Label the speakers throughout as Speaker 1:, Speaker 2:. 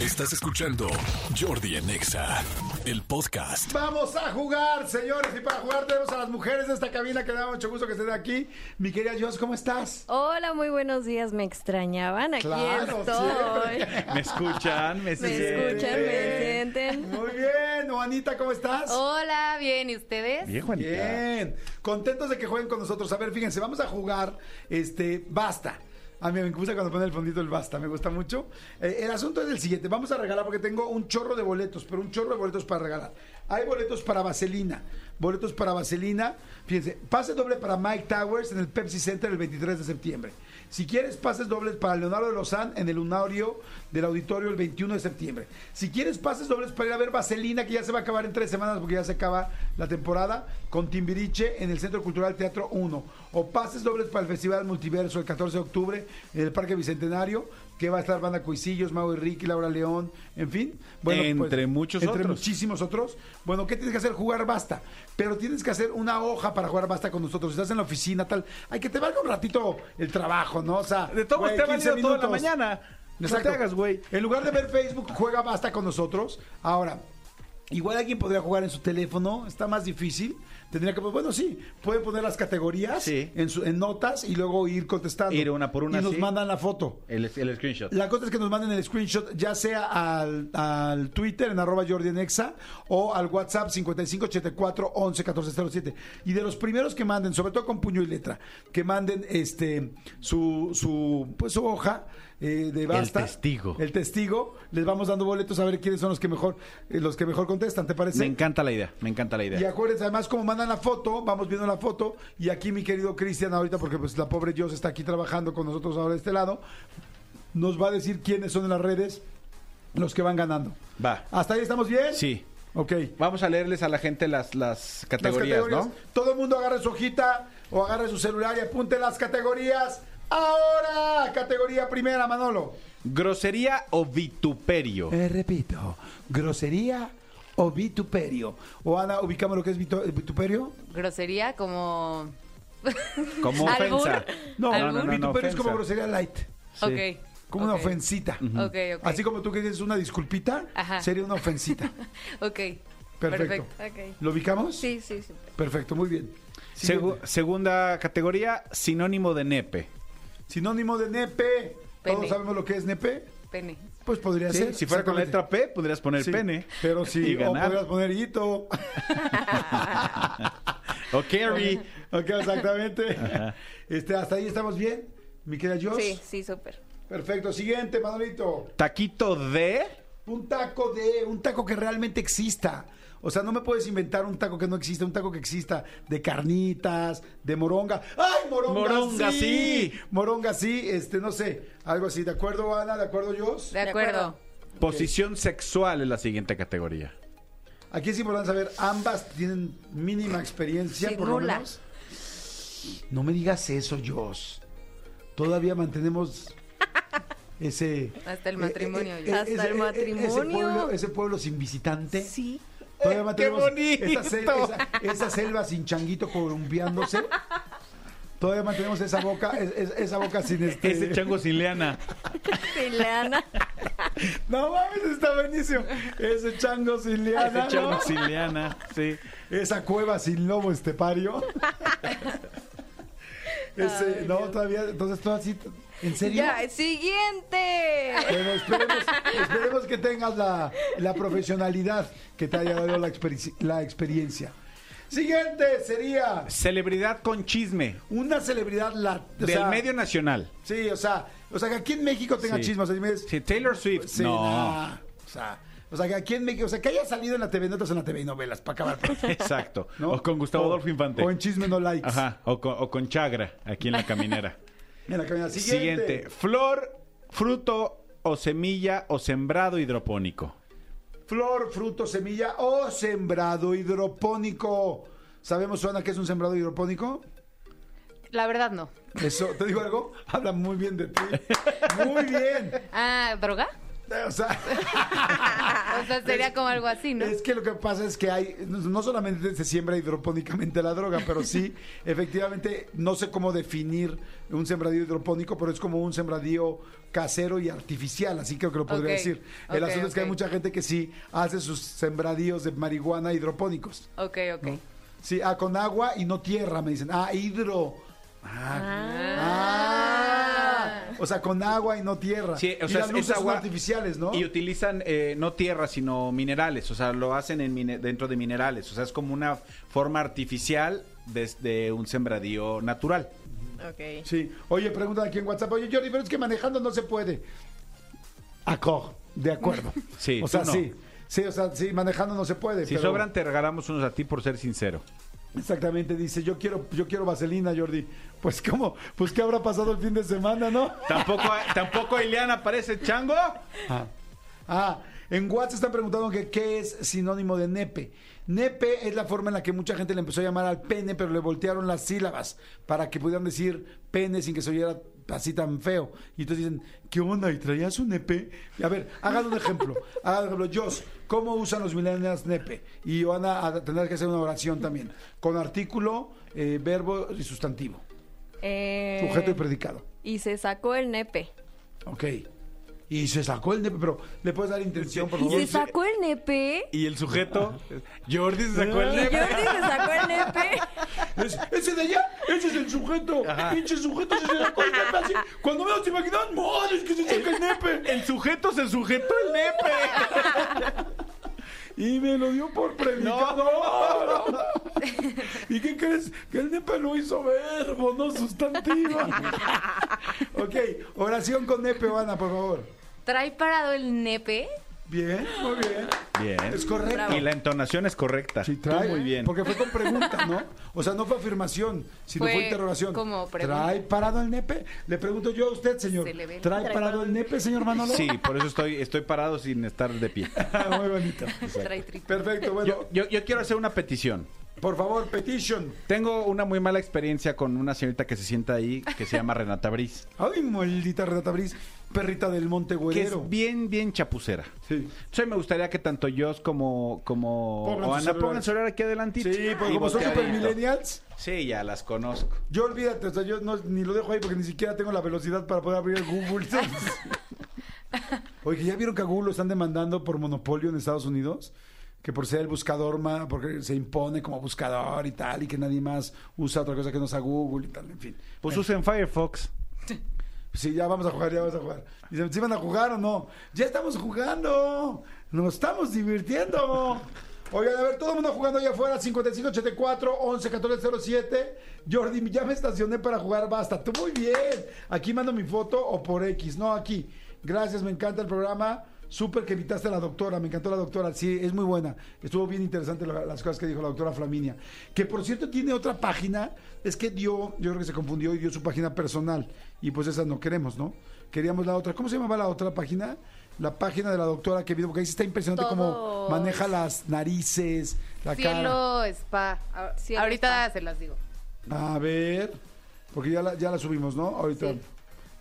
Speaker 1: Estás escuchando Jordi en EXA, el podcast.
Speaker 2: Vamos a jugar, señores, y para jugar tenemos a las mujeres de esta cabina que me da mucho gusto que estén aquí. Mi querida Jos, ¿cómo estás?
Speaker 3: Hola, muy buenos días. Me extrañaban. Aquí
Speaker 2: Claro,
Speaker 3: estoy.
Speaker 4: Me escuchan, me,
Speaker 3: Me
Speaker 4: siguen.
Speaker 3: escuchan, me sienten.
Speaker 2: Muy bien, Juanita, ¿cómo estás?
Speaker 5: Hola, bien, ¿y ustedes?
Speaker 4: Bien, Juanita.
Speaker 2: Bien, contentos de que jueguen con nosotros. A ver, fíjense, vamos a jugar este Basta. A mí me gusta cuando pone el fondito el basta, me gusta mucho. Eh, el asunto es el siguiente, vamos a regalar porque tengo un chorro de boletos, pero un chorro de boletos para regalar. Hay boletos para Vaselina, boletos para Vaselina. Fíjense, pase doble para Mike Towers en el Pepsi Center el 23 de septiembre. Si quieres pases dobles para Leonardo de Lozán en el Lunario del Auditorio el 21 de septiembre. Si quieres pases dobles para ir a ver Vaselina, que ya se va a acabar en tres semanas porque ya se acaba la temporada, con Timbiriche en el Centro Cultural Teatro 1. O pases dobles para el Festival Multiverso el 14 de octubre en el Parque Bicentenario, que va a estar Banda Cuisillos, Mau y Ricky, Laura León, en fin. pues,
Speaker 4: Entre muchos
Speaker 2: entre
Speaker 4: otros.
Speaker 2: muchísimos otros. Bueno, ¿qué tienes que hacer? Jugar basta. Pero tienes que hacer una hoja para jugar basta con nosotros. Si estás en la oficina, tal. Hay que te valga un ratito el trabajo, ¿no? O sea,
Speaker 4: De todo
Speaker 2: güey,
Speaker 4: está
Speaker 2: 15
Speaker 4: valido toda la
Speaker 2: minutos.
Speaker 4: mañana. No te hagas, güey.
Speaker 2: En lugar de ver Facebook, juega basta con nosotros. Ahora, igual alguien podría jugar en su teléfono, está más difícil. Tendría que, pues, bueno, sí, pueden poner las categorías
Speaker 4: Sí.
Speaker 2: en, su- en notas y luego ir contestando.
Speaker 4: Ir una por una,
Speaker 2: Y nos
Speaker 4: sí.
Speaker 2: mandan la foto.
Speaker 4: El, el screenshot.
Speaker 2: La cosa es que nos manden el screenshot, ya sea al, al Twitter en arroba Jordi en Exa, o al WhatsApp 5584 11 1407. Y de los primeros que manden, sobre todo con puño y letra, que manden este su, su, pues, su hoja eh, de basta.
Speaker 4: testigo.
Speaker 2: El testigo. Les vamos dando boletos a ver quiénes son los que mejor, eh, los que mejor contestan, ¿te parece?
Speaker 4: Me encanta la idea, me encanta la
Speaker 2: Y
Speaker 4: idea.
Speaker 2: acuérdense, además, como mandan la foto, vamos viendo la foto. Y aquí mi querido Cristian, ahorita, porque pues la pobre Dios está aquí trabajando con nosotros ahora de este lado, nos va a decir quiénes son en las redes los que van ganando.
Speaker 4: Va.
Speaker 2: ¿Hasta ahí estamos bien?
Speaker 4: Sí.
Speaker 2: Ok.
Speaker 4: Vamos a leerles a la gente las, las categorías,
Speaker 2: Las categorías.
Speaker 4: ¿no?
Speaker 2: Todo el mundo agarre su hojita o agarre su celular y apunte las categorías. Ahora, categoría primera, Manolo.
Speaker 4: Grosería o vituperio.
Speaker 2: Eh, repito, grosería o vituperio. O Ana, ubicamos lo que es vito- vituperio.
Speaker 5: Grosería como...
Speaker 4: Como
Speaker 5: ¿Albur?
Speaker 4: ofensa.
Speaker 2: No,
Speaker 5: ¿Albur?
Speaker 4: Ah, no, no, no,
Speaker 2: vituperio es como
Speaker 4: ofensa.
Speaker 2: grosería light.
Speaker 4: Sí.
Speaker 5: Ok.
Speaker 2: Como
Speaker 5: ok.
Speaker 2: una ofensita.
Speaker 5: Ok, ok.
Speaker 2: Así como tú que dices una disculpita,
Speaker 5: Ajá.
Speaker 2: sería una ofensita.
Speaker 5: Ok.
Speaker 2: Perfecto.
Speaker 3: Ok.
Speaker 2: ¿Lo ubicamos?
Speaker 3: Sí, sí, sí.
Speaker 2: Perfecto, muy bien.
Speaker 4: Segu-
Speaker 2: Siguiente.
Speaker 4: segunda categoría, sinónimo de nepe.
Speaker 2: Sinónimo de nepe.
Speaker 5: Pene.
Speaker 2: Todos sabemos lo que es nepe.
Speaker 5: Pene.
Speaker 2: Pues podría
Speaker 4: Sí,
Speaker 2: ser.
Speaker 4: si fuera con la letra
Speaker 2: exactamente.
Speaker 4: P, podrías poner
Speaker 2: Sí,
Speaker 4: pene.
Speaker 2: Pero sí,
Speaker 4: Y
Speaker 2: o
Speaker 4: ganar.
Speaker 2: podrías poner hito.
Speaker 4: O carry.
Speaker 2: ok, exactamente. Este, hasta ahí estamos bien. Mi querida Josh.
Speaker 3: Sí, sí, súper.
Speaker 2: Perfecto. Siguiente, Manolito.
Speaker 4: Taquito de.
Speaker 2: Un taco de, un taco que realmente exista. O sea, no me puedes inventar un taco que no exista, un taco que exista de carnitas, de moronga. ¡Ay, moronga!
Speaker 4: Moronga, sí!
Speaker 2: Moronga, sí, este, no sé, algo así. ¿De acuerdo, Ana? ¿De acuerdo, yo?
Speaker 5: De acuerdo.
Speaker 4: Posición sexual es la siguiente categoría.
Speaker 2: Aquí es importante saber, ambas tienen mínima experiencia,
Speaker 3: Sí,
Speaker 2: por lo
Speaker 3: nula.
Speaker 2: menos. No me digas eso, Jos. Todavía mantenemos ese... eh,
Speaker 5: Hasta el matrimonio, Joss.
Speaker 3: Hasta el
Speaker 2: ese
Speaker 3: matrimonio.
Speaker 2: pueblo, ese pueblo sin visitante.
Speaker 3: Sí.
Speaker 2: Todavía
Speaker 4: ¡Eh,
Speaker 2: mantenemos
Speaker 4: qué bonito!
Speaker 2: Esa, sel- esa- esa selva sin changuito columbiándose. Todavía mantenemos esa boca, es- es- esa boca sin este.
Speaker 4: Ese chango sin leana.
Speaker 3: Pileana.
Speaker 2: No mames, está buenísimo. Ese chango sin liana.
Speaker 4: Ese chango
Speaker 2: ¿no?
Speaker 4: sin leana, sí.
Speaker 2: Esa cueva sin lobo estepario. Ese, no, todavía, entonces todo así. ¿En serio?
Speaker 3: Ya, siguiente.
Speaker 2: Bueno, esperemos, esperemos que tengas la, la profesionalidad que te haya dado la, experi- la experiencia. Siguiente sería
Speaker 4: Celebridad con chisme.
Speaker 2: una celebridad la, o
Speaker 4: Del
Speaker 2: sea,
Speaker 4: medio nacional.
Speaker 2: Sí, o sea, o sea, que aquí en México tenga
Speaker 4: Sí.
Speaker 2: chismes. O sea, me dices,
Speaker 4: Sí, Taylor Swift.
Speaker 2: sí, Ah.
Speaker 4: no.
Speaker 2: nah, o sea, o sea, que aquí en México, o sea, que haya salido en la TV notas en la TV novelas, para acabar. pronto,
Speaker 4: Exacto.
Speaker 2: ¿no?
Speaker 4: O con Gustavo
Speaker 2: O-
Speaker 4: Adolfo Infante.
Speaker 2: O en chisme no likes.
Speaker 4: Ajá. O con, o con Chagra, aquí en la caminera.
Speaker 2: En la cabina
Speaker 4: Siguiente.
Speaker 2: siguiente.
Speaker 4: Flor, fruto o semilla o sembrado hidropónico.
Speaker 2: Flor, fruto, semilla o sembrado hidropónico. ¿Sabemos, Suana, qué es un sembrado hidropónico?
Speaker 5: La verdad no.
Speaker 2: Eso, ¿te digo algo? Habla muy bien de ti. Muy bien.
Speaker 5: Ah, ¿droga?
Speaker 2: O sea,
Speaker 5: O sea, sería como algo así, ¿no?
Speaker 2: es que lo que pasa es que hay, no- no solamente se siembra hidropónicamente la droga, pero sí, efectivamente, no sé cómo definir un sembradío hidropónico, pero es como un sembradío casero y artificial, así creo que lo podría
Speaker 5: Ok,
Speaker 2: decir. El
Speaker 5: ok,
Speaker 2: asunto es que hay
Speaker 5: ok.
Speaker 2: mucha gente que sí hace sus sembradíos de marihuana hidropónicos.
Speaker 5: Ok, ok.
Speaker 2: Sí, ah, con agua y no tierra, me dicen. Ah, hidro. Ah. Ah. O sea, con agua y no tierra.
Speaker 4: Sí, o
Speaker 2: y
Speaker 4: sea,
Speaker 2: las
Speaker 4: es-
Speaker 2: luces
Speaker 4: es agua
Speaker 2: son artificiales, ¿no?
Speaker 4: Y utilizan eh, no tierra, sino minerales. O sea, lo hacen en mine- dentro de minerales. O sea, es como una forma artificial desde un sembradío natural.
Speaker 3: Ok.
Speaker 2: Sí. Oye, preguntan aquí en WhatsApp. Oye, Jordi, pero es que manejando no se puede. Acor, de acuerdo.
Speaker 4: Sí,
Speaker 2: O sea,
Speaker 4: tú no.
Speaker 2: sí. Sí, o sea, sí, manejando no se puede.
Speaker 4: Si
Speaker 2: pero-
Speaker 4: sobran, te regalamos unos a ti por ser sincero.
Speaker 2: Exactamente, dice, yo quiero, yo quiero vaselina, Jordi. Pues, ¿cómo? Pues, ¿qué habrá pasado el fin de semana, no?
Speaker 4: ¿Tampoco, ¿tampoco Ileana parece chango?
Speaker 2: Ah. Ah, en WhatsApp están preguntando que qué es sinónimo de nepe. Nepe es la forma en la que mucha gente le empezó a llamar al pene, pero le voltearon las sílabas para que pudieran decir pene sin que se oyera así tan feo. Y entonces dicen, ¿qué onda? ¿Y traías un nepe? A ver, hagan un ejemplo. Hagan un ejemplo. Jos, ¿cómo usan los millennials nepe? Y van a, a tener que hacer una oración también, con artículo, eh, verbo y sustantivo,
Speaker 3: Eh,
Speaker 2: sujeto y predicado.
Speaker 3: y se sacó el nepe.
Speaker 2: Ok. Y se sacó el nepe, pero le puedes dar intención, por
Speaker 3: ¿Y
Speaker 2: favor.
Speaker 3: se sacó el nepe?
Speaker 4: Y el sujeto, Jordi se sacó
Speaker 2: Ah.
Speaker 4: el
Speaker 3: ¿Y
Speaker 4: nepe.
Speaker 3: Jordi se sacó el nepe?
Speaker 2: Es- ese de allá, ese es el sujeto. Pinche sujeto se sacó el nepe así. Cuando menos te imaginas, madre, es que se saca el nepe.
Speaker 4: El sujeto se sujetó el nepe.
Speaker 2: Y me lo dio por predicador. ¿Y qué crees? Que el nepe lo hizo verbo, no sustantivo. ok, oración con nepe, Ana, por favor.
Speaker 5: ¿Trae parado el nepe?
Speaker 2: Bien, muy bien.
Speaker 4: Bien.
Speaker 2: Es correcto.
Speaker 4: Y la entonación es correcta.
Speaker 2: Sí, trae. ¿eh?
Speaker 4: Tú muy bien.
Speaker 2: Porque fue con pregunta, ¿no? O sea, no fue afirmación, sino fue,
Speaker 5: Fue
Speaker 2: interrogación.
Speaker 5: como pregunta.
Speaker 2: ¿Trae parado el nepe? Le pregunto yo a usted, señor.
Speaker 5: Se le ve el-
Speaker 2: ¿Trae parado el nepe, señor Manolo? Ah,
Speaker 4: Sí, por eso estoy, estoy parado sin estar de pie.
Speaker 2: Muy bonito.
Speaker 5: Trae tripa.
Speaker 2: Perfecto, bueno.
Speaker 4: Yo, yo- yo quiero hacer una petición.
Speaker 2: Por favor, petition.
Speaker 4: Tengo una muy mala experiencia con una señorita que se sienta ahí que se llama Renata Briz.
Speaker 2: Ay, maldita Renata Briz, perrita del Monte
Speaker 4: Que es
Speaker 2: Güerero.
Speaker 4: bien, bien chapucera.
Speaker 2: Sí.
Speaker 4: Entonces me gustaría que tanto yo como, como
Speaker 2: Pongan sus
Speaker 4: o Ana
Speaker 2: celulares.
Speaker 4: pongan celular aquí adelante.
Speaker 2: Sí, porque como son super millennials,
Speaker 4: Sí, ya las conozco.
Speaker 2: yo olvídate, o sea, yo no- ni lo dejo ahí porque ni siquiera tengo la velocidad para poder abrir el Google. Oye, ¿ya vieron que a Google lo están demandando por monopolio en Estados Unidos? Que por ser el buscador más, porque se impone como buscador y tal, y que nadie más usa otra cosa que no sea Google y tal, en fin.
Speaker 4: Pues usen Firefox.
Speaker 2: Sí, ya vamos a jugar, ya vamos a jugar. Dicen, ¿sí van a jugar o no? Ya estamos jugando. Nos estamos divirtiendo. Oigan, a ver, todo el mundo jugando allá afuera, 5584 111407. Jordi, ya me estacioné para jugar, basta. Tú muy bien. Aquí mando mi foto o por X. No, aquí. Gracias, me encanta el programa. Súper que invitaste a la doctora, me encantó la doctora, sí, es muy buena. Estuvo bien interesante la- las cosas que dijo la doctora Flaminia. Que por cierto tiene otra página, es que dio, yo creo que se confundió y dio su página personal. Y pues esa no queremos, ¿no? Queríamos la otra. ¿Cómo se llamaba la otra página? La página de la doctora que vio, porque ahí sí está impresionante cómo
Speaker 3: Todos.
Speaker 2: maneja las narices, la cara.
Speaker 5: Cielo Spa. A-
Speaker 3: Cielo
Speaker 5: Ahorita
Speaker 3: Spa.
Speaker 5: se las digo.
Speaker 2: A ver, porque ya la, ya la subimos, ¿no? Ahorita.
Speaker 5: Sí.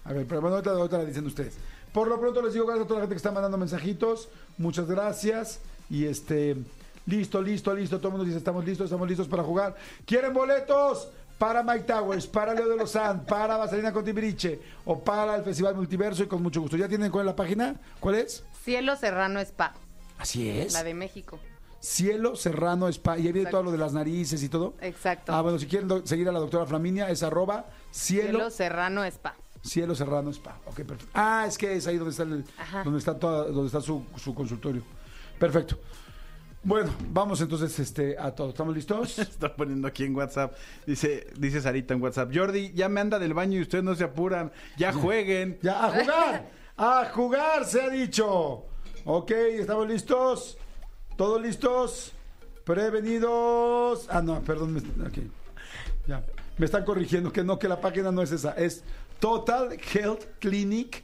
Speaker 2: A ver, pero bueno, ahorita, ahorita la dicen ustedes. Por lo pronto les digo gracias a toda la gente que está mandando mensajitos. Muchas gracias. Y este, listo, listo, listo. Todo el mundo dice, estamos listos, estamos listos para jugar. ¿Quieren boletos? Para Mike Towers, para Leo de los Santos, para Vaselina Contibiriche o para el Festival Multiverso y con mucho gusto. ¿Ya tienen cuál es la página? ¿Cuál es?
Speaker 5: Cielo Serrano Spa.
Speaker 2: Así es.
Speaker 5: La de México.
Speaker 2: Cielo Serrano Spa. Y ahí viene
Speaker 5: Exacto.
Speaker 2: todo lo de las narices y todo.
Speaker 5: Exacto.
Speaker 2: Ah, bueno, si quieren do- seguir a la doctora Flaminia, es arroba cielo,
Speaker 5: Cielo Serrano Spa.
Speaker 2: cielo serrano spa. Ok, perfecto. Ah, es que es ahí donde está, el-
Speaker 5: Ajá.
Speaker 2: donde está, toda- donde está su, su consultorio. Perfecto. Bueno, vamos entonces este, a todo. ¿Estamos listos?
Speaker 4: Está poniendo aquí en WhatsApp. Dice, dice Sarita en WhatsApp. Jordi, ya me anda del baño y ustedes no se apuran. Ya jueguen.
Speaker 2: Ya, a jugar. A jugar, se ha dicho. Ok, estamos listos. ¿Todos listos? Prevenidos. Ah, no, perdón. me- ok. Ya. Me están corrigiendo que no, que la página no es esa. Es Total Health Clinic.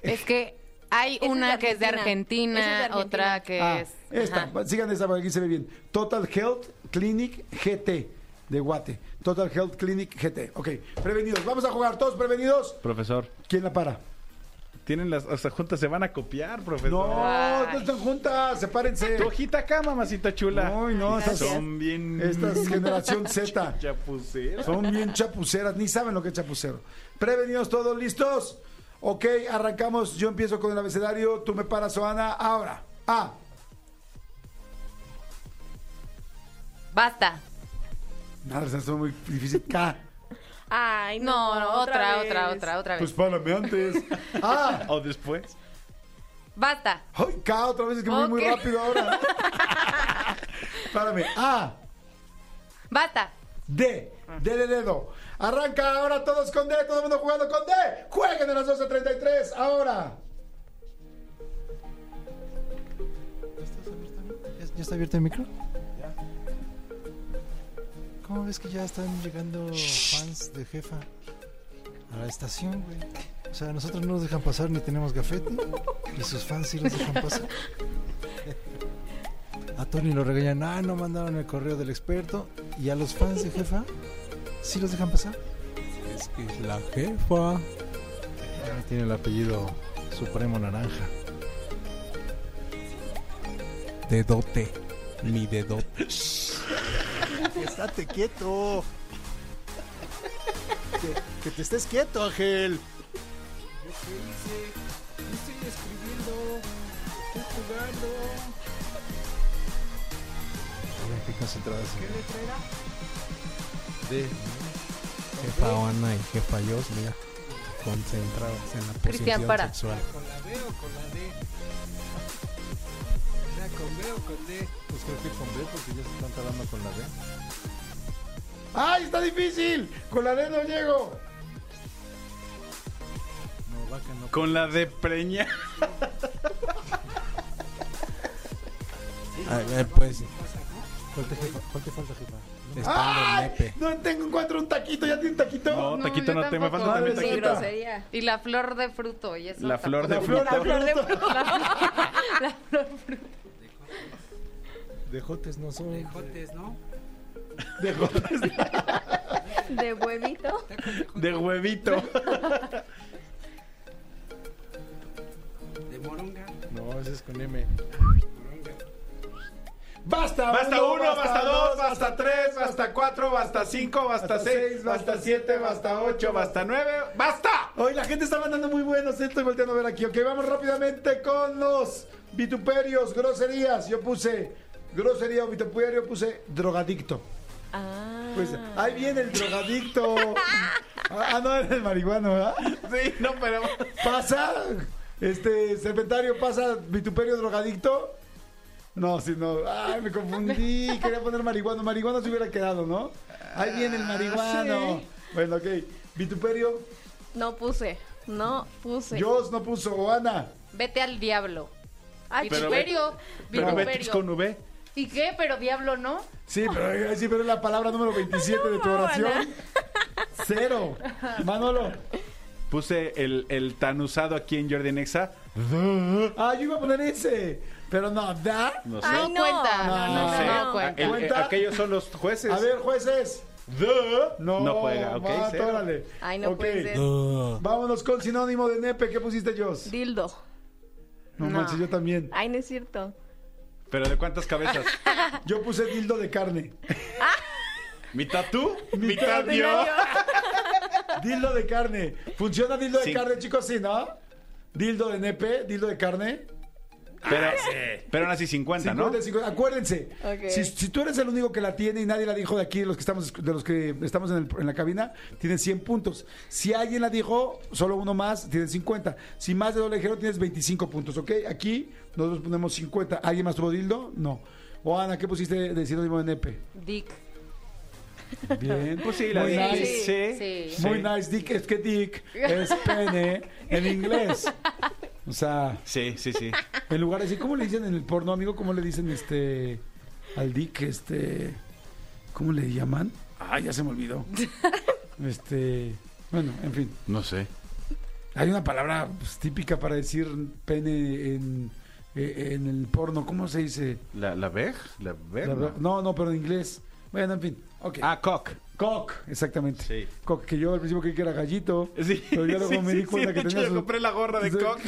Speaker 5: Es que hay
Speaker 3: Esa es
Speaker 5: una
Speaker 3: de
Speaker 5: que es de
Speaker 3: Argentina.
Speaker 5: Argentina,
Speaker 3: Esa es de Argentina.
Speaker 5: otra que
Speaker 2: Ah,
Speaker 5: es.
Speaker 2: esta.
Speaker 5: Ajá.
Speaker 2: Sigan esa para que se ve bien. Total Health Clinic GT de Guate. Total Health Clinic GT. Ok, prevenidos. Vamos a jugar todos prevenidos.
Speaker 4: Profesor,
Speaker 2: ¿Quién la para?
Speaker 4: Tienen las, hasta juntas, se van a copiar, profesor.
Speaker 2: No, no
Speaker 5: Ay.
Speaker 2: están juntas, sepárense.
Speaker 4: Tu hojita acá, mamacita chula.
Speaker 2: Ay, no, estas-
Speaker 4: son bien.
Speaker 2: Esta es generación Z.
Speaker 4: chapuceras.
Speaker 2: Son bien chapuceras, ni saben lo que es chapucero. Prevenidos todos, ¿listos? Ok, arrancamos. Yo empiezo con el abecedario. Tú me paras, Ana. Ahora. A.
Speaker 5: Basta.
Speaker 2: Madre, se muy difícil. K.
Speaker 3: Ay,
Speaker 5: No,
Speaker 3: no,
Speaker 5: no, otra, otra,
Speaker 3: vez.
Speaker 5: otra, otra vez.
Speaker 2: Pues párame antes. A.
Speaker 4: O después.
Speaker 5: Basta.
Speaker 2: Ay, K otra vez, es que voy muy
Speaker 5: Ok.
Speaker 2: rápido ahora. párame. A.
Speaker 5: Basta.
Speaker 2: D, D de dedo. Arranca ahora todos con D, todo el mundo jugando con D. Jueguen a las 12.33, ahora.
Speaker 6: ¿Ya, ya está abierto el micro? ¿Cómo ves que ya están llegando fans de jefa a la estación, güey? O sea, nosotros no nos dejan pasar ni tenemos gafete y sus fans sí los dejan pasar. A Tony lo regañan, ah, no mandaron el correo del experto y a los fans de jefa sí los dejan pasar. Es que es la jefa. Ahí tiene el apellido Supremo Naranja. Dedote. Mi dedote. Estate quieto. Que, que te estés quieto, Ángel. Estoy escribiendo. Estoy jugando. Ahora qué concentradas. ¿Qué letra era? D. Jefa Ana y jefa Dios, mira. Concentradas en la
Speaker 5: Cristian,
Speaker 6: posición
Speaker 5: para.
Speaker 6: sexual.
Speaker 7: ¿Con la B o con la D? Era con B o con D.
Speaker 6: Pues creo que con B porque ya se están tardando con la B.
Speaker 2: ¡Ay, está difícil! Con la D no llego.
Speaker 6: No, vaca no.
Speaker 4: Con la de preña.
Speaker 6: A ver, pues. ¿Cuál te, jefa? ¿Cuál te falta, jefa? Ah.
Speaker 2: ¡Ay! No tengo, encuentro un taquito, ¿ya tiene un taquito?
Speaker 4: No,
Speaker 5: No,
Speaker 4: taquito
Speaker 5: yo
Speaker 4: no, te me
Speaker 5: tampoco.
Speaker 4: falta también
Speaker 2: Madre,
Speaker 3: Sí,
Speaker 2: sí,
Speaker 4: taquito.
Speaker 3: grosería.
Speaker 5: Y la flor de fruto. Y eso
Speaker 4: La
Speaker 5: tampoco.
Speaker 4: flor de
Speaker 2: La flor,
Speaker 4: fruto.
Speaker 2: la flor de fruto.
Speaker 6: Dejotes no son.
Speaker 7: Jotes, ¿no?
Speaker 2: De gotas.
Speaker 3: De huevito.
Speaker 4: De huevito.
Speaker 7: De moronga.
Speaker 6: No, ese es con M.
Speaker 7: Moronga.
Speaker 2: Basta,
Speaker 4: Basta uno, basta dos, basta tres,
Speaker 2: basta
Speaker 4: basta cuatro, basta cinco, basta
Speaker 2: Basta
Speaker 4: seis,
Speaker 2: seis,
Speaker 4: basta
Speaker 2: basta
Speaker 4: siete, basta ocho, basta nueve, ¡basta!
Speaker 2: Hoy la gente está mandando muy buenos, estoy volteando a ver aquí. Ok, vamos rápidamente con los vituperios, groserías. Yo puse grosería o vituperio, puse drogadicto.
Speaker 3: Ah.
Speaker 2: Pues ahí viene el drogadicto. Ah, no, eres marihuano, ¿verdad?
Speaker 4: Sí, no, pero...
Speaker 2: Pasa, este, serpentario, pasa, vituperio, drogadicto. No, si no, ay, me confundí, quería poner marihuano. Marihuano se hubiera quedado, ¿no? Ahí viene el
Speaker 3: Ah,
Speaker 2: marihuano.
Speaker 4: sí.
Speaker 2: Bueno, ok, vituperio.
Speaker 3: No puse. No puse.
Speaker 2: Dios no puso, o Ana.
Speaker 5: Vete al diablo.
Speaker 3: Ay, chico.
Speaker 4: Pero ve-
Speaker 5: Vituperio.
Speaker 4: Pero Betis
Speaker 5: Vituperio.
Speaker 4: con V.
Speaker 5: ¿Y qué? Pero diablo no.
Speaker 2: Sí, pero, sí, pero es la palabra número 27 de tu
Speaker 3: No,
Speaker 2: oración. Cero. Manolo.
Speaker 4: Puse el, el tan usado aquí en Jordi Nexa.
Speaker 2: Ah, yo iba a poner ese. Pero no, da.
Speaker 4: No sé.
Speaker 3: Ay,
Speaker 5: No
Speaker 3: no.
Speaker 2: No,
Speaker 5: cuenta. No,
Speaker 2: no
Speaker 5: no,
Speaker 2: sé.
Speaker 5: no,
Speaker 4: Ah,
Speaker 5: cuenta.
Speaker 4: el-
Speaker 2: ¿Cuenta?
Speaker 4: eh, aquellos son los jueces.
Speaker 2: A ver, jueces. No,
Speaker 4: No juega, ok,
Speaker 2: vato,
Speaker 4: cero.
Speaker 2: órale.
Speaker 3: Ay, no
Speaker 2: Ok,
Speaker 3: puede ser.
Speaker 2: Vámonos con sinónimo de nepe. ¿Qué pusiste, Jos?
Speaker 3: Dildo.
Speaker 2: No, manches, yo también.
Speaker 3: Ay, no es cierto.
Speaker 4: Pero ¿de cuántas cabezas?
Speaker 2: Yo puse dildo de carne.
Speaker 4: ¿Mitad tú?
Speaker 2: Mitad
Speaker 4: ¿Mitad yo?
Speaker 2: Dildo de carne. ¿Funciona dildo de
Speaker 4: Sí.
Speaker 2: carne, chicos? Sí, ¿no? Dildo de nepe, dildo de carne.
Speaker 4: Pero, pero así 50, ¿no?
Speaker 2: 50, 50. Acuérdense,
Speaker 3: Ok.
Speaker 2: si, si tú eres el único que la tiene y nadie la dijo de aquí, de los que estamos, de los que estamos en, el- en la cabina, tienen 100 puntos. Si alguien la dijo, solo uno más, tienes 50. Si más de doble ligero, tienes 25 puntos, ¿ok? Aquí nosotros ponemos 50. ¿Alguien más tuvo dildo? No. O Ana, ¿qué pusiste de sinónimo de nepe?
Speaker 5: Dick.
Speaker 2: Bien.
Speaker 4: Pues sí, la
Speaker 2: Muy
Speaker 4: de
Speaker 2: nice.
Speaker 5: Sí.
Speaker 4: sí.
Speaker 2: Muy nice, dick. Es que dick es pene en inglés. O sea,
Speaker 4: Sí, sí, sí.
Speaker 2: en lugar de decir, ¿cómo le dicen en el porno, amigo? ¿Cómo le dicen este al Dick? Este. ¿Cómo le llaman? Ah, ya se me olvidó. Este. Bueno, en fin.
Speaker 4: No sé.
Speaker 2: Hay una palabra pues, típica para decir pene en, eh, en el porno. ¿Cómo se dice?
Speaker 4: ¿La, la veg? ¿La veg?
Speaker 2: La verdad- No, no, pero en inglés. Bueno, en fin. Ok.
Speaker 4: Ah, cock.
Speaker 2: Cock, exactamente.
Speaker 4: Sí.
Speaker 2: Cock, que yo al principio creí que era gallito. Pero ya luego me di cuenta que
Speaker 4: de hecho,
Speaker 2: tenía
Speaker 4: yo
Speaker 2: sus-
Speaker 4: compré la gorra de
Speaker 2: Sí.
Speaker 4: cock.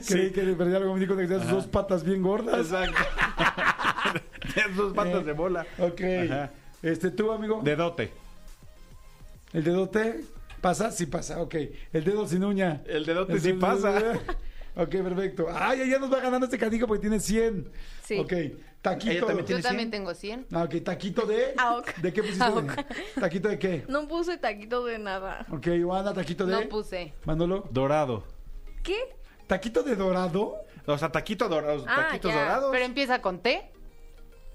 Speaker 2: Creí que, pero ya luego me di cuenta que tenía sus dos patas bien gordas.
Speaker 4: Exacto. Tiene sus patas de bola.
Speaker 2: Eh. Ok.
Speaker 4: Ajá.
Speaker 2: Este, tú, amigo.
Speaker 4: Dedote.
Speaker 2: El dedote. ¿Pasa? Sí pasa, ok. El dedo sin uña.
Speaker 4: El dedote sí
Speaker 2: Entonces,
Speaker 4: pasa.
Speaker 2: Ok, perfecto. Ay, ya nos va ganando este canijo porque tiene 100.
Speaker 3: Sí.
Speaker 2: Ok. Taquito.
Speaker 4: Ella también
Speaker 5: Yo
Speaker 4: ¿Tienes cien?
Speaker 5: también tengo 100.
Speaker 2: Ah, ok, taquito de.
Speaker 3: Aoc.
Speaker 2: ¿De qué pusiste?
Speaker 5: Aoc.
Speaker 2: ¿Taquito de qué?
Speaker 3: No puse taquito de nada.
Speaker 2: Ok, Ivana, taquito de.
Speaker 5: No
Speaker 3: pues.
Speaker 5: puse.
Speaker 2: Manolo.
Speaker 4: Dorado.
Speaker 3: ¿Qué?
Speaker 2: ¿Taquito de dorado?
Speaker 4: O sea, taquito dorado,
Speaker 3: Ah,
Speaker 4: taquitos
Speaker 3: ya.
Speaker 4: dorados.
Speaker 5: Pero empieza con T.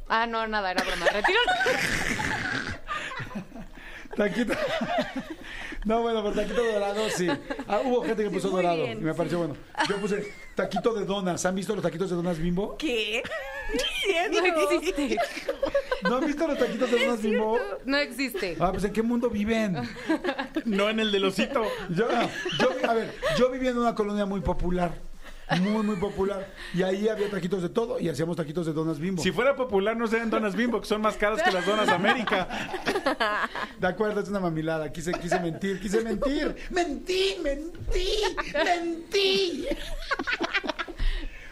Speaker 5: Ah, no, nada, era broma. Retiro.
Speaker 2: Taquito. No, bueno, pero taquito dorado sí. Ah, hubo gente que
Speaker 3: Sí,
Speaker 2: puso
Speaker 3: muy
Speaker 2: dorado
Speaker 3: bien,
Speaker 2: y me pareció bueno. Yo puse taquito de donas. ¿Han visto los taquitos de donas bimbo?
Speaker 3: ¿Qué? No es cierto.
Speaker 5: No existe.
Speaker 2: ¿No han visto los taquitos de donas bimbo?
Speaker 5: No existe.
Speaker 2: Ah, pues ¿en qué mundo viven?
Speaker 4: No en el del osito.
Speaker 2: Yo, yo vi- a ver, yo vivía en una colonia muy popular. Muy, muy popular. Y ahí había taquitos de todo y hacíamos taquitos de donas bimbo.
Speaker 4: Si fuera popular, no serían donas bimbo, que son más caras que las donas América.
Speaker 2: De acuerdo, es una mamilada. Quise, quise mentir, quise mentir. Mentí, mentí, mentí.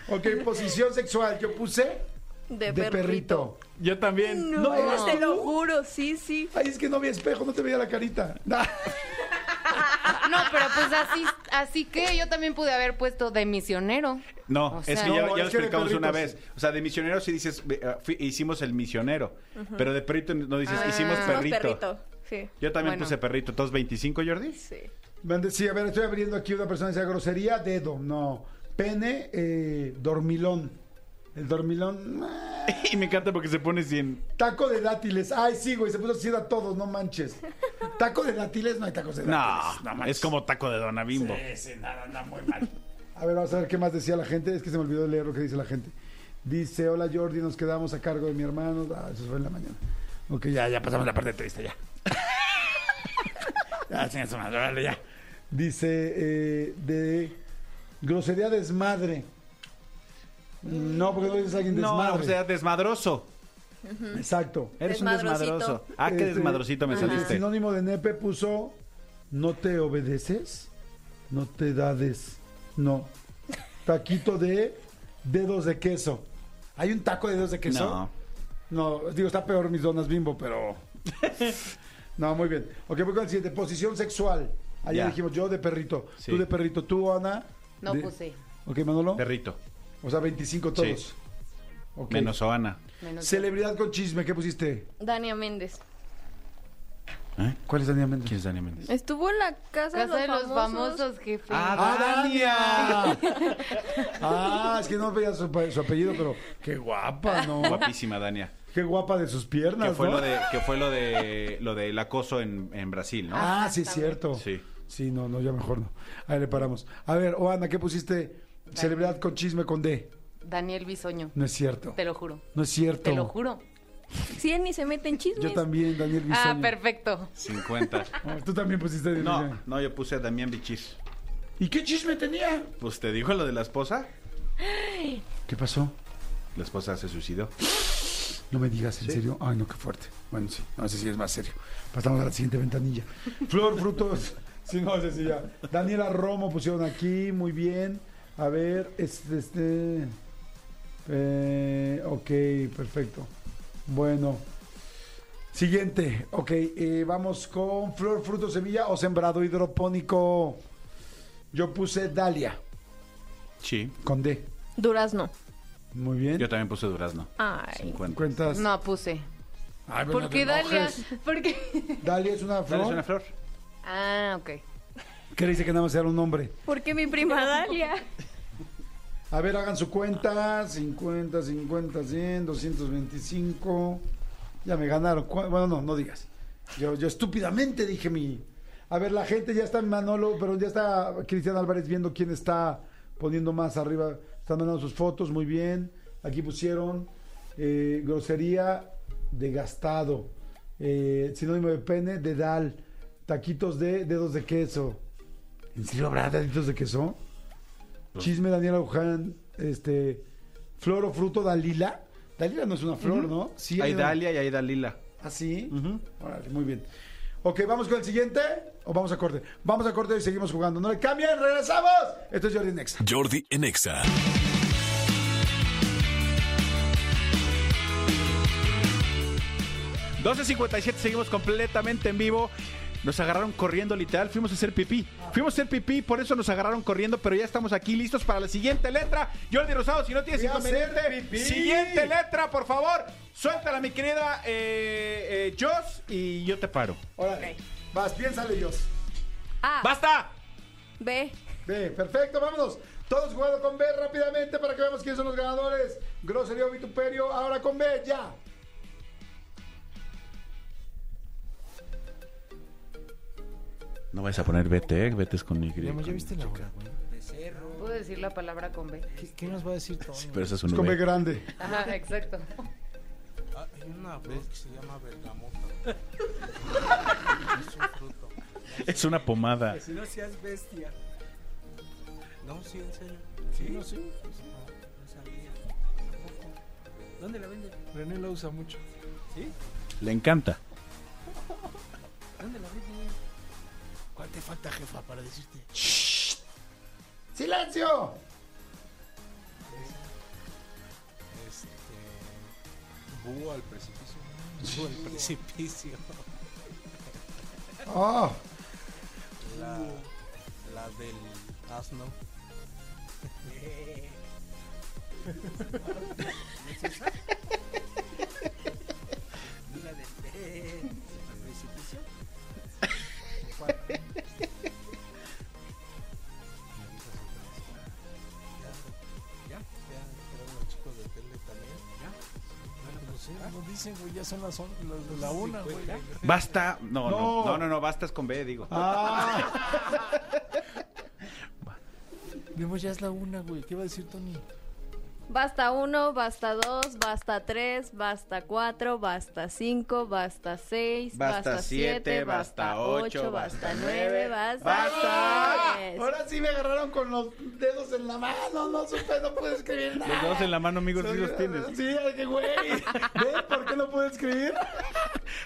Speaker 2: ok, posición sexual. Yo puse
Speaker 3: De,
Speaker 2: de, perrito.
Speaker 4: Yo también.
Speaker 3: No,
Speaker 2: No, ¿eres
Speaker 3: te
Speaker 2: tú?
Speaker 3: lo juro, sí, sí.
Speaker 2: Ay, es que no vi espejo, no te veía la carita. Nah.
Speaker 5: No, pero pues así, así que yo también pude haber puesto de misionero.
Speaker 4: No,
Speaker 5: O
Speaker 4: es
Speaker 5: sea,
Speaker 4: que ya,
Speaker 2: No,
Speaker 4: ya lo
Speaker 2: es que de
Speaker 4: explicamos una
Speaker 2: perritos.
Speaker 4: vez. O sea, de misionero sí dices, eh, ah, fui- hicimos el misionero. Pero de perrito no dices, hicimos
Speaker 3: Somos
Speaker 4: pues perrito.
Speaker 3: Ah, perrito. Sí,
Speaker 4: Yo también
Speaker 5: Bueno.
Speaker 4: puse perrito. ¿Todos 25, Jordi?
Speaker 3: sí.
Speaker 2: Mande- Sí, a ver, estoy abriendo aquí una persona que dice grosería, dedo. No. Pene, eh, dormilón. El dormilón. ah.
Speaker 4: Y me encanta porque se pone 100.
Speaker 2: Taco de dátiles. Ay, sí, güey, se puso así a todos, no manches. Taco de dátiles, no hay tacos de dátiles.
Speaker 4: No, es como taco de dona bimbo.
Speaker 2: A ver, vamos a ver qué más decía la gente. Es que se me olvidó leer lo que dice la gente. Dice, hola Jordi, nos quedamos a cargo de mi hermano. Ah, eso fue en la mañana. Ok, ya, ya pasamos la parte triste, ya. ya, chinga su madre, órale, ya. Dice, eh, de grosería desmadre. No, porque no dices a alguien
Speaker 4: No,
Speaker 2: desmadre.
Speaker 4: o sea, desmadroso.
Speaker 2: Exacto.
Speaker 4: Eres un
Speaker 3: Desmadrosito.
Speaker 4: desmadroso. Ah, qué
Speaker 2: Este,
Speaker 4: desmadrosito me
Speaker 2: el
Speaker 4: saliste.
Speaker 2: sinónimo de nepe puso, no te obedeces, no te dades, no. Taquito de dedos de queso. ¿Hay un taco de dedos de queso?
Speaker 4: No.
Speaker 2: No, digo, está peor mis donas bimbo, pero... no, muy bien. Ok, voy con el siguiente. Posición sexual. Allá
Speaker 4: Ya.
Speaker 2: dijimos yo de perrito.
Speaker 4: Sí.
Speaker 2: Tú de perrito. Tú, Ana.
Speaker 5: No pues
Speaker 2: de-
Speaker 5: puse.
Speaker 2: Ok, Manolo.
Speaker 4: Perrito.
Speaker 2: O sea, 25 todos.
Speaker 4: Sí.
Speaker 2: Ok.
Speaker 4: Menos Oana.
Speaker 5: Menos yo.
Speaker 2: Celebridad con chisme, ¿qué pusiste?
Speaker 3: Dania Méndez.
Speaker 2: ¿Eh? ¿Cuál es Daniel Méndez? Eh,
Speaker 4: ¿Quién es Dani Méndez?
Speaker 3: Estuvo en la casa,
Speaker 5: Casa
Speaker 3: de los famosos.
Speaker 5: jefe.
Speaker 2: ¡Ah, Dania! Ah, es que no veía su, su apellido, pero qué guapa, ¿no?
Speaker 4: Guapísima, Dania.
Speaker 2: Qué guapa de sus piernas,
Speaker 4: Que fue
Speaker 2: ¿no?
Speaker 4: lo de, que fue lo de lo del acoso en, en Brasil, ¿no?
Speaker 2: Ah, sí, es cierto.
Speaker 4: Sí.
Speaker 2: Sí, no, no, ya mejor no. Ahí le paramos. A ver, Oana, ¿qué pusiste? Celebridad con chisme con D.
Speaker 5: Daniel Bisoño.
Speaker 2: No es cierto.
Speaker 5: Te lo juro.
Speaker 2: No es cierto.
Speaker 5: Te lo juro.
Speaker 3: Sí, él ni se mete en chismes.
Speaker 2: Yo también, Daniel Bisoño.
Speaker 5: Ah, perfecto.
Speaker 4: 50.
Speaker 2: Ah, Tú también pusiste Daniel
Speaker 4: No,
Speaker 2: Bisoño.
Speaker 4: no, yo puse a Damián Bichir.
Speaker 2: ¿Y qué chisme tenía?
Speaker 4: Pues te dijo lo de la esposa.
Speaker 2: ¿Qué pasó?
Speaker 4: La esposa se suicidó.
Speaker 2: No me digas, ¿en serio? Ay, no, qué fuerte. Bueno, sí, no sé si es más serio. Pasamos a la siguiente ventanilla. Flor, frutos. Sí, no sé si ya. Daniela Romo pusieron aquí, muy bien. A ver, este. este eh, ok, perfecto. Bueno. Siguiente, ok, eh, vamos con flor, fruto, semilla o sembrado hidropónico. Yo puse Dalia
Speaker 4: Sí.
Speaker 2: con D.
Speaker 3: Durazno.
Speaker 2: Muy bien.
Speaker 4: Yo también puse durazno.
Speaker 3: Ay.
Speaker 4: 50.
Speaker 2: Cuentas.
Speaker 5: No puse.
Speaker 2: Ay, pero no
Speaker 5: ¿Por
Speaker 2: te
Speaker 5: qué Dalia?
Speaker 2: enojes.
Speaker 5: ¿Por qué?
Speaker 2: Dalia es una
Speaker 4: ¿Dale
Speaker 2: flor.
Speaker 4: es una flor?
Speaker 5: Ah, ok.
Speaker 2: ¿Qué le dice que nada más era un nombre?
Speaker 3: ¿Por qué mi prima Dalia?
Speaker 2: A ver, hagan su cuenta. 50, 50, 100, 225. Ya me ganaron. ¿Cuál? Bueno, no, no digas. Yo, yo estúpidamente dije mi... A ver, la gente ya está en Manolo, pero ya está Cristian Álvarez viendo quién está poniendo más arriba. Están mandando sus fotos, muy bien. Aquí pusieron eh, grosería de gastado. Eh, sinónimo de pene, de dal. Taquitos de dedos de queso. ¿En serio habrá deditos de queso? Chisme Daniela Uján, este, flor o fruto Dalila. Dalila no es una flor, ¿no? Sí,
Speaker 4: Hay
Speaker 2: una-
Speaker 4: Dalia y hay Dalila.
Speaker 2: ¿Así?
Speaker 4: Ujú.
Speaker 2: ¿Ah, Órale, muy bien. Ok, ¿vamos con el siguiente o vamos a corte? Vamos a corte y seguimos jugando. No le cambien, regresamos. Esto es Jordi Nexa.
Speaker 1: Jordi en Exa.
Speaker 4: Ujú. 12.57, seguimos completamente en vivo. Nos agarraron corriendo, literal. Fuimos a hacer pipí. Fuimos a hacer pipí, por eso nos agarraron corriendo. Pero ya estamos aquí listos para la siguiente letra. Jordi Rosado, si no tienes
Speaker 2: Voy a
Speaker 4: inconveniente,
Speaker 2: hacer pipí.
Speaker 4: siguiente letra, por favor. Suéltala, mi querida eh, eh, Joss, y yo te paro.
Speaker 2: Órale. Vas, piénsale, Dios.
Speaker 3: A.
Speaker 4: ¡Basta!
Speaker 3: B.
Speaker 2: Ve, perfecto, vámonos. Todos jugando con B rápidamente para que veamos quiénes son los ganadores. Groserío, vituperio, ahora con B, ya.
Speaker 4: No vayas a poner vete, vete es con Y.
Speaker 6: Memo, ¿ya viste la hora, güey?
Speaker 7: Becerro.
Speaker 5: ¿Puedo decir la palabra con B?
Speaker 6: ¿Qué, qué nos va a decir Tony?
Speaker 4: Pero eso
Speaker 2: Es
Speaker 4: es un
Speaker 2: con B
Speaker 4: V.
Speaker 2: grande.
Speaker 5: Ajá, exacto.
Speaker 7: Ah, hay una flor que se llama bergamota. es un fruto.
Speaker 4: Es una pomada.
Speaker 7: Si no seas bestia. No, sí, en serio. Sí, no, sí. No, no sabía. Tampoco. ¿Dónde la venden?
Speaker 6: René la usa mucho.
Speaker 7: ¿Sí?
Speaker 4: Le encanta.
Speaker 7: ¿Dónde la venden?
Speaker 6: ¿Cuál te falta, jefa, para decirte?
Speaker 2: ¡Silencio!
Speaker 7: Este. Búho al precipicio. Búho al precipicio.
Speaker 2: Oh,
Speaker 7: La, la del asno. ¿La del pe- al precipicio? ¿O cuál? ¿Ya? ¿Ya? ¿Ya entraron los chicos de tele también? ¿Ya?
Speaker 6: No sé, no dicen, güey, ya son las, on- las de la una, güey.
Speaker 4: Basta. No,
Speaker 2: No.
Speaker 4: no, no, no, no, basta es con B, digo.
Speaker 6: Memo, ya es la una, güey. ¿Qué va a decir Tony?
Speaker 3: Basta 1, basta 2, basta 3, basta 4, basta 5, basta 6,
Speaker 4: Basta
Speaker 3: basta
Speaker 4: siete,
Speaker 3: 7,
Speaker 4: basta
Speaker 3: basta
Speaker 4: ocho,
Speaker 3: 8,
Speaker 4: basta
Speaker 3: basta
Speaker 4: nueve.
Speaker 3: 9, basta
Speaker 4: ¡Basta!
Speaker 3: 10.
Speaker 2: ahora sí me agarraron con los dedos en la mano. No supe, no pude escribir nada.
Speaker 4: Los dedos en la mano, amigos, sí los tienes.
Speaker 2: Sí, ay, qué güey. ¿Ves por qué no pude escribir?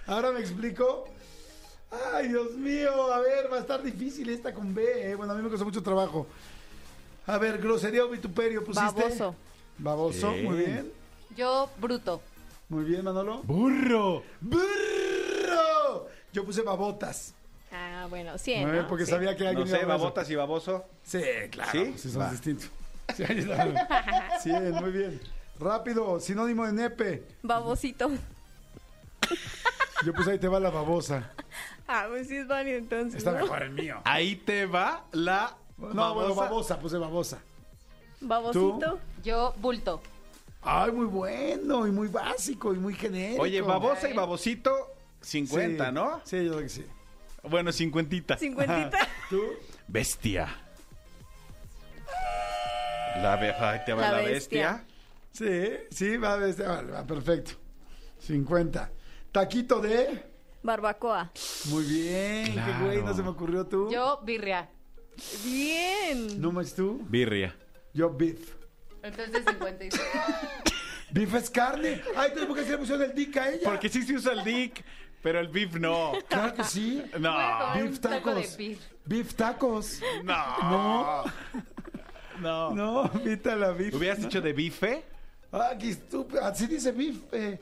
Speaker 2: Ahora me explico. Ay, Dios mío, a ver, va a estar difícil esta con B. eh. Bueno, a mí me costó mucho trabajo. A ver, grosería o vituperio pusiste.
Speaker 3: Baboso.
Speaker 2: Baboso,
Speaker 4: Bien.
Speaker 2: muy bien.
Speaker 5: Yo, bruto.
Speaker 2: Muy bien, Manolo.
Speaker 4: ¡Burro!
Speaker 2: ¡Burro! Yo puse babotas.
Speaker 3: Ah, bueno,
Speaker 2: A
Speaker 3: 100.
Speaker 2: ver, porque sabía que alguien
Speaker 4: No sé,
Speaker 2: iba a poner
Speaker 4: babotas y baboso.
Speaker 2: eso. Sí, claro. pues,
Speaker 4: ¿Sí?
Speaker 2: Sí, son
Speaker 4: Va.
Speaker 2: distintos. Sí, ahí está. Sí, muy bien. Rápido, sinónimo de nepe.
Speaker 3: Babosito.
Speaker 2: Yo puse ahí te va la babosa.
Speaker 3: Ah, pues sí es válido entonces.
Speaker 2: Está
Speaker 3: ¿no?
Speaker 2: mejor el mío.
Speaker 4: Ahí te va la
Speaker 2: No, bueno, babosa, puse babosa.
Speaker 3: Babosito.
Speaker 5: Yo, bulto.
Speaker 2: Ay, muy bueno y muy básico y muy genérico.
Speaker 4: Oye, babosa y babosito, 50,
Speaker 2: Sí,
Speaker 4: ¿no?
Speaker 2: Sí, yo creo que sí.
Speaker 4: Bueno, cincuentita.
Speaker 3: Cincuentita.
Speaker 2: ¿Tú?
Speaker 4: Bestia. La be- ahí te va la,
Speaker 3: La
Speaker 4: bestia.
Speaker 3: bestia.
Speaker 2: Sí, sí, va, este, vale, va, perfecto. 50. Taquito de.
Speaker 3: Barbacoa.
Speaker 2: Muy bien, qué
Speaker 4: Claro.
Speaker 2: güey, no se me ocurrió tú.
Speaker 5: Yo, birria.
Speaker 3: Bien.
Speaker 2: No más tú.
Speaker 4: Birria.
Speaker 2: Yo beef.
Speaker 5: Entonces, 56.
Speaker 2: Beef es carne. Ay, entonces, ¿por qué se le pusieron el dick a ella?
Speaker 4: Porque sí se usa el dick, pero el beef no.
Speaker 2: Claro que sí.
Speaker 4: No,
Speaker 5: comer
Speaker 2: Ah. Beef
Speaker 5: un taco de
Speaker 2: tacos.
Speaker 5: beef.
Speaker 2: Beef tacos.
Speaker 4: no. No.
Speaker 2: No, invita la beef.
Speaker 4: ¿Hubieras dicho de bife?
Speaker 2: Ah, qué estúpido. Así dice beef. eh.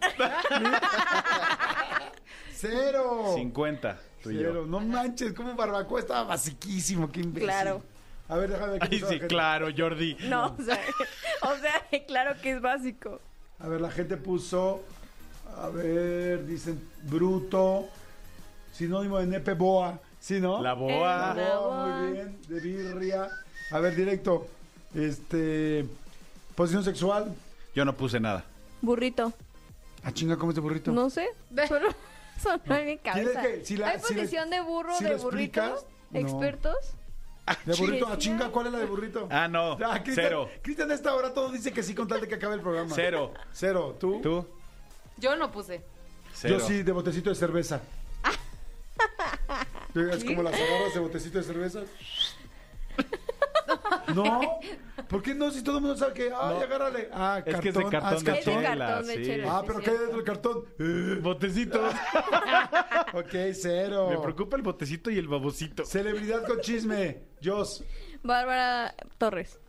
Speaker 2: Cero.
Speaker 4: 50, tú y
Speaker 2: Cero.
Speaker 4: yo.
Speaker 2: No manches, como barbacoa estaba basiquísimo. Qué imbécil.
Speaker 3: Claro.
Speaker 2: A ver, déjame ver. qué
Speaker 4: Ay,
Speaker 2: puso la
Speaker 4: sí,
Speaker 2: gente.
Speaker 4: claro, Jordi.
Speaker 3: No, o sea, o sea, claro que es básico.
Speaker 2: A ver, la gente puso. A ver, dicen bruto. Sinónimo de nepe boa. ¿Sí, no?
Speaker 4: La boa.
Speaker 3: Eh, La
Speaker 2: Oh,
Speaker 3: boa.
Speaker 2: muy bien, de birria. A ver, directo. Este. Posición sexual.
Speaker 4: Yo no puse nada.
Speaker 3: Burrito.
Speaker 2: Ah, chinga, ¿cómo este burrito?
Speaker 3: No sé. Solo sonó en mi cabeza.
Speaker 2: que- si la-
Speaker 3: ¿Hay
Speaker 2: si la-
Speaker 3: posición de burro,
Speaker 2: si
Speaker 3: de
Speaker 2: la explicas,
Speaker 3: burritos?
Speaker 2: no.
Speaker 3: ¿Expertos?
Speaker 2: ¿De burrito? Ah,
Speaker 3: Sí.
Speaker 2: chinga, ¿cuál es la de burrito?
Speaker 4: Ah, no.
Speaker 2: Ah, Cristian,
Speaker 4: Cero.
Speaker 2: Cristian, a esta hora todo dice que sí con tal de que acabe el programa.
Speaker 4: Cero.
Speaker 2: Cero. ¿Tú?
Speaker 4: ¿Tú?
Speaker 5: Yo no puse.
Speaker 4: Cero.
Speaker 2: Yo sí, de botecito de cerveza. Es como las agarras de botecito de cerveza. No, ¿por qué no? Si todo el mundo sabe que, ay,
Speaker 4: No.
Speaker 2: agárrale. Ah,
Speaker 4: Es que es de
Speaker 2: cartón, ah,
Speaker 4: cartón de
Speaker 3: Es de
Speaker 4: chela,
Speaker 3: cartón de
Speaker 4: sí.
Speaker 3: chela.
Speaker 2: Ah,
Speaker 3: Sí,
Speaker 2: pero
Speaker 3: es
Speaker 2: ¿qué hay
Speaker 3: cierto.
Speaker 2: dentro del cartón? Eh,
Speaker 4: Botecitos.
Speaker 2: ok, cero.
Speaker 4: Me preocupa el botecito y el babosito.
Speaker 2: Celebridad con chisme. Jos.
Speaker 3: Bárbara Torres.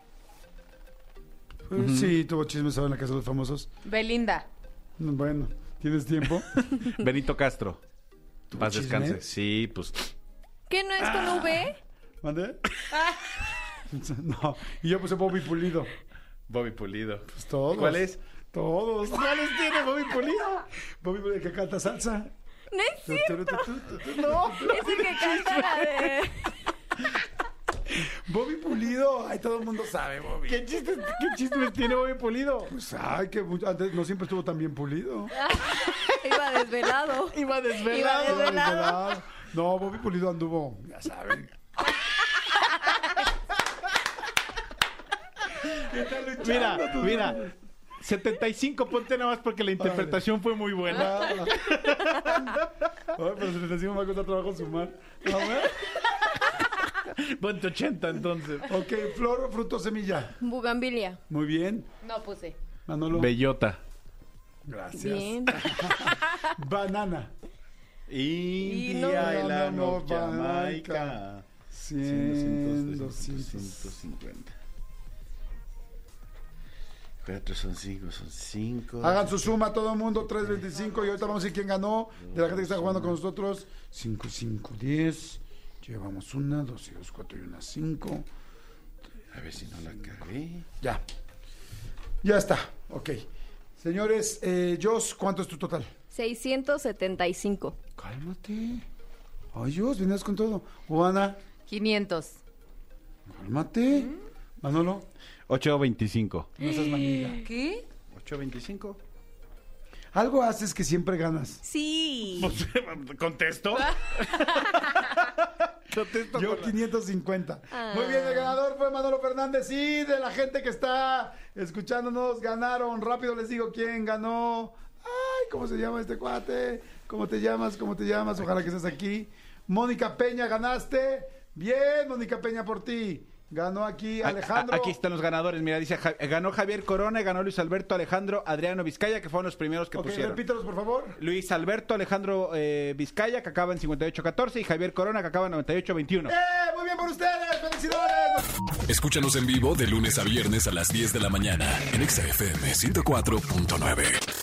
Speaker 2: Sí, tuvo chisme, ¿saben? En la casa de los famosos.
Speaker 5: Belinda.
Speaker 2: Bueno, ¿tienes tiempo?
Speaker 4: Benito Castro. Paz
Speaker 2: chisme?
Speaker 4: descanse. Sí, pues.
Speaker 3: ¿Qué no es
Speaker 2: Ah.
Speaker 3: con V?
Speaker 2: ¿Mandé? no, y yo puse Bobby Pulido.
Speaker 4: Bobby Pulido.
Speaker 2: Pues todos.
Speaker 4: ¿Cuál es?
Speaker 2: Todos.
Speaker 4: ¿Cuáles tiene Bobby Pulido?
Speaker 2: Bobby Pulido que canta salsa.
Speaker 3: No es
Speaker 2: Tu,
Speaker 3: cierto.
Speaker 2: tu, tu, tu, tu, tu.
Speaker 3: Es el que canta la de.
Speaker 2: Bobby Pulido, ay, todo el mundo sabe, Bobby.
Speaker 4: ¿Qué chistes, qué chismes tiene Bobby Pulido?
Speaker 2: Pues, ay, que mucho- antes no siempre estuvo tan bien pulido.
Speaker 3: Iba desvelado.
Speaker 4: Iba
Speaker 3: desvelado. Iba desvelado.
Speaker 2: No, Bobby Pulido anduvo, ya saben.
Speaker 4: Mira, mira. 75 ponte nada más porque la interpretación fue muy buena.
Speaker 2: Ah. Ay, pero se les decimos va a costar trabajo sumar. A ver.
Speaker 4: Ponte 80 entonces.
Speaker 2: Ok, flor, fruto, semilla.
Speaker 3: Bugambilia.
Speaker 2: Muy bien.
Speaker 5: No puse.
Speaker 2: Manolo.
Speaker 4: Bellota.
Speaker 2: Gracias.
Speaker 3: Bien.
Speaker 2: Banana.
Speaker 3: no,
Speaker 4: India,
Speaker 2: no,
Speaker 4: Elano,
Speaker 2: no, no,
Speaker 4: Jamaica.
Speaker 2: 100, 200.
Speaker 8: Espérate, son cinco, son cinco.
Speaker 2: Hagan su suma todo el mundo, 325. Y ahorita vamos a ver quién ganó. De la gente que está jugando con nosotros, 5, 5, 10. Llevamos una, dos y dos, cuatro y una, cinco.
Speaker 8: A ver si no la cagué.
Speaker 2: Ya. Ya está. Ok. Señores, eh, Jos, ¿cuánto es tu total?
Speaker 3: 675.
Speaker 2: Cálmate. Ay, Jos, venías con todo. Juana,
Speaker 5: 500.
Speaker 2: cálmate. Manolo,
Speaker 4: 825.
Speaker 2: no seas manilla.
Speaker 5: ¿Qué?
Speaker 4: 825.
Speaker 2: Algo haces que siempre ganas.
Speaker 3: Sí.
Speaker 4: ¿Contesto? Contesto
Speaker 2: Yo
Speaker 4: con la-
Speaker 2: 550. Muy bien, el ganador fue Manolo Fernández y de la gente que está escuchándonos ganaron. Rápido les digo quién ganó. Ay, ¿cómo se llama este cuate? ¿Cómo te llamas? ¿Cómo te llamas? Ojalá que estés aquí. Mónica Peña, ganaste. Bien, Mónica Peña, por ti. Ganó aquí
Speaker 4: A-
Speaker 2: Alejandro.
Speaker 4: a- Aquí están los ganadores. Mira, dice, Ja- ganó Javier Corona, ganó Luis Alberto, Alejandro, Adriano Vizcaya, que fueron los primeros que
Speaker 2: Ok,
Speaker 4: pusieron.
Speaker 2: repítelos, por favor.
Speaker 4: Luis Alberto, Alejandro eh, Vizcaya, que acaba en 58-14, y Javier Corona, que acaba en 98-21.
Speaker 2: ¡Eh! Muy bien por ustedes. ¡Felicidades!
Speaker 1: Escúchanos en vivo de lunes a viernes a las 10 de la mañana en Exa FM 104.9.